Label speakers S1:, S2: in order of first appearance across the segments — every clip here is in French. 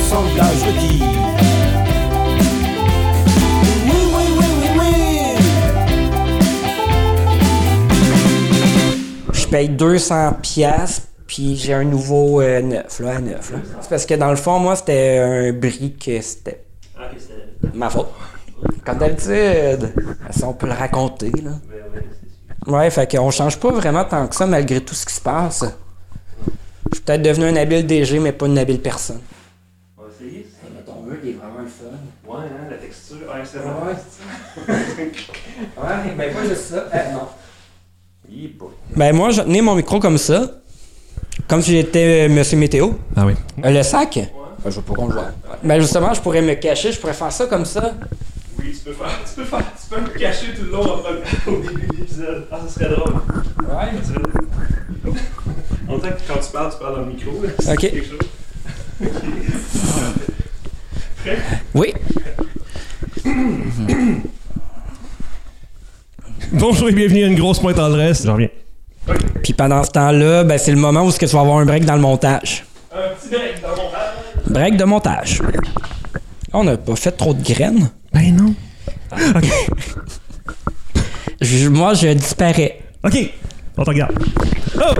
S1: l'assemblage requis. Oui, oui, oui, oui, oui.
S2: Je paye 200 pièces puis j'ai un nouveau euh, neuf, là, à neuf, là. C'est parce que dans le fond, moi, c'était un brick, c'était ma faute. Comme d'habitude, ça, on peut le raconter, là. Ouais, fait qu'on change pas vraiment tant que ça malgré tout ce qui se passe. Je suis peut-être devenu un habile DG, mais pas une habile personne.
S3: On va essayer.
S2: Ça, mais ton meuble, il est vraiment le fun.
S3: Ouais, hein, la texture. Ah, excellent.
S2: Ouais, ouais, ben pas juste ça. Euh, non.
S3: Hi, boy.
S2: Ben moi, je tenais mon micro comme ça. Comme si j'étais euh, Monsieur Météo.
S4: Ah oui.
S2: Euh, le sac? Ben, je veux pas qu'on le voit. Ben justement, je pourrais me cacher, je pourrais faire ça comme ça.
S3: Oui, tu peux faire. Tu peux faire. Tu peux me cacher tout le long après- au début de l'épisode. Ah, ça serait drôle.
S2: Ouais.
S3: Ça serait- On dirait que quand tu parles, tu parles dans le micro. là. C'est
S2: Ok.
S3: quelque chose. Ok. Prêt?
S2: Oui.
S4: Bonjour et bienvenue à une grosse pointe en dresse. J'en reviens.
S2: Puis pendant ce temps-là, ben c'est le moment où est-ce que tu vas avoir un break dans le montage.
S3: Un petit bec dans mon rêve.
S2: Break de montage. Là, on n'a pas fait trop de graines.
S4: Ben non. Ok.
S2: Je- moi, je disparais.
S4: Ok. On te regarde. Oh!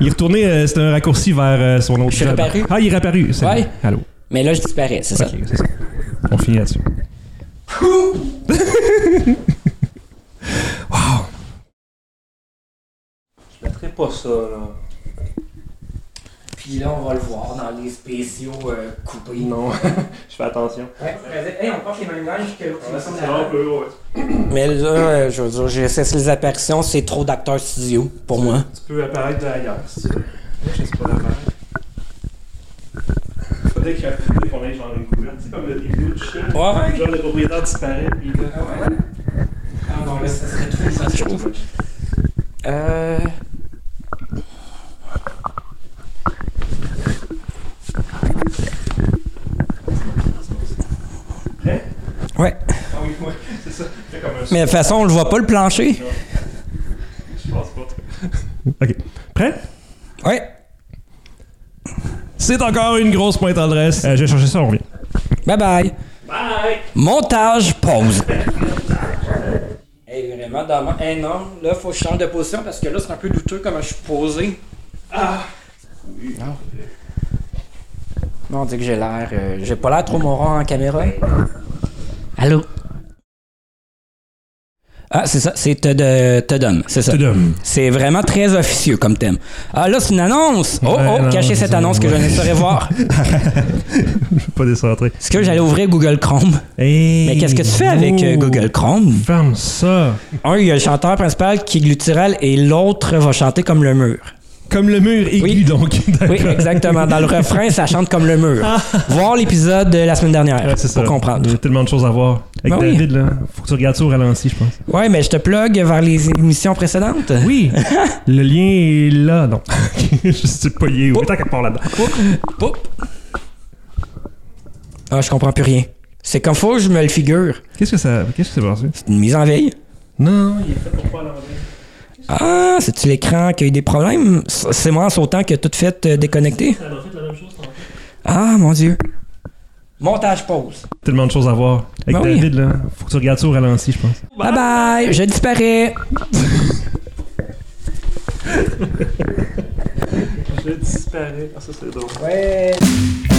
S4: Il est retourné, euh, c'était un raccourci vers euh, son autre
S2: Je suis
S4: job.
S2: réapparu.
S4: Ah, il est réapparu. c'est
S2: Ouais.
S4: bon. Allô.
S2: Mais là, je disparais, c'est
S4: Ok, c'est ça. On finit là-dessus.
S3: Je mettrais pas ça, là.
S2: ça. Puis là, on va le voir dans les spéciaux euh, coupés.
S3: Non. je fais attention.
S2: Ouais, hey, on porte les mêmes linges que l'autre
S3: Ouais, c'est un peu, ouais.
S2: Mais là, euh, je veux dire, j'ai cessé les apparitions, c'est trop d'acteurs studio pour moi.
S3: Tu peux apparaître de ailleurs, si tu veux. Moi, je sais pas d'apparaître. Faudrait qu'il y ait un public, on ait genre une couverte. Tu sais, comme le début du chien.
S2: Ouais.
S3: Genre, le propriétaire disparaît, puis là.
S2: Ah bon, là, ça serait trop ça, je trouve. Euh.
S3: Prêt?
S2: Ouais.
S3: Ah oui, ouais, c'est ça. C'est comme un
S2: Mais de toute façon, on le voit pas le plancher.
S3: Je pense pas.
S4: Ok. Prêt?
S2: Ouais.
S4: C'est encore une grosse pointe en dresse. Euh, J'ai changé ça, on revient.
S2: Bye bye.
S3: Bye!
S2: Montage, pause. Hey, vraiment, dans ma... hey, non, là, faut que je change de position parce que là, c'est un peu douteux comment je suis posé. Ah! Non, on dit que j'ai l'air. euh, j'ai pas l'air trop moron en caméra. Allô? Ah, c'est ça, c'est te, de- te Dom, c'est ça.
S4: Te Dom.
S2: C'est vraiment très officieux comme thème. Ah, là, c'est une annonce! Oh,
S4: Ouais,
S2: oh,
S4: non,
S2: cachez
S4: c'est
S2: cette
S4: ça,
S2: annonce que je ne
S4: ouais.
S2: saurais voir.
S4: Je vais pas décentrer.
S2: Est-ce que j'allais ouvrir Google Chrome?
S4: Hey!
S2: Mais qu'est-ce que tu fais avec euh,
S4: Oh!
S2: Google Chrome?
S4: Ferme ça.
S2: Un, il y a le chanteur principal qui est gluttural et l'autre va chanter comme le mur.
S4: Comme le mur aigu,
S2: Oui.
S4: donc.
S2: Oui,
S4: D'accord.
S2: exactement. Dans le refrain, ça chante comme le mur. Voir l'épisode de la semaine dernière
S4: Ouais, c'est
S2: pour
S4: ça.
S2: comprendre.
S4: Il y a tellement de choses à voir. Avec
S2: Ben oui.
S4: David, là, faut que tu regardes ça au ralenti, je pense.
S2: Ouais, mais je te plug vers les émissions précédentes.
S4: Oui, le lien est là. Non, je sais pas, il est où? Tant qu'à part là-dedans.
S2: Poup. Ah, je comprends plus rien. C'est comme faut que je me le figure.
S4: Qu'est-ce que ça. Qu'est-ce que c'est passé?
S2: C'est une mise en veille.
S4: Non, non,
S3: Il est fait pour pas l'enlever.
S2: Ah, c'est-tu l'écran qui a eu des problèmes? C'est moi en sautant que tout fait euh, déconnecté?
S3: Ça doit faire la même chose, ton fait.
S2: Ah, mon Dieu. Montage pause.
S4: il y a tellement de choses à voir. Avec
S2: Ben oui.
S4: David, là, faut que tu regardes ça au ralenti, je pense.
S2: Bye bye, je disparais.
S3: Je disparais. Ah, ça, c'est drôle.
S2: Ouais.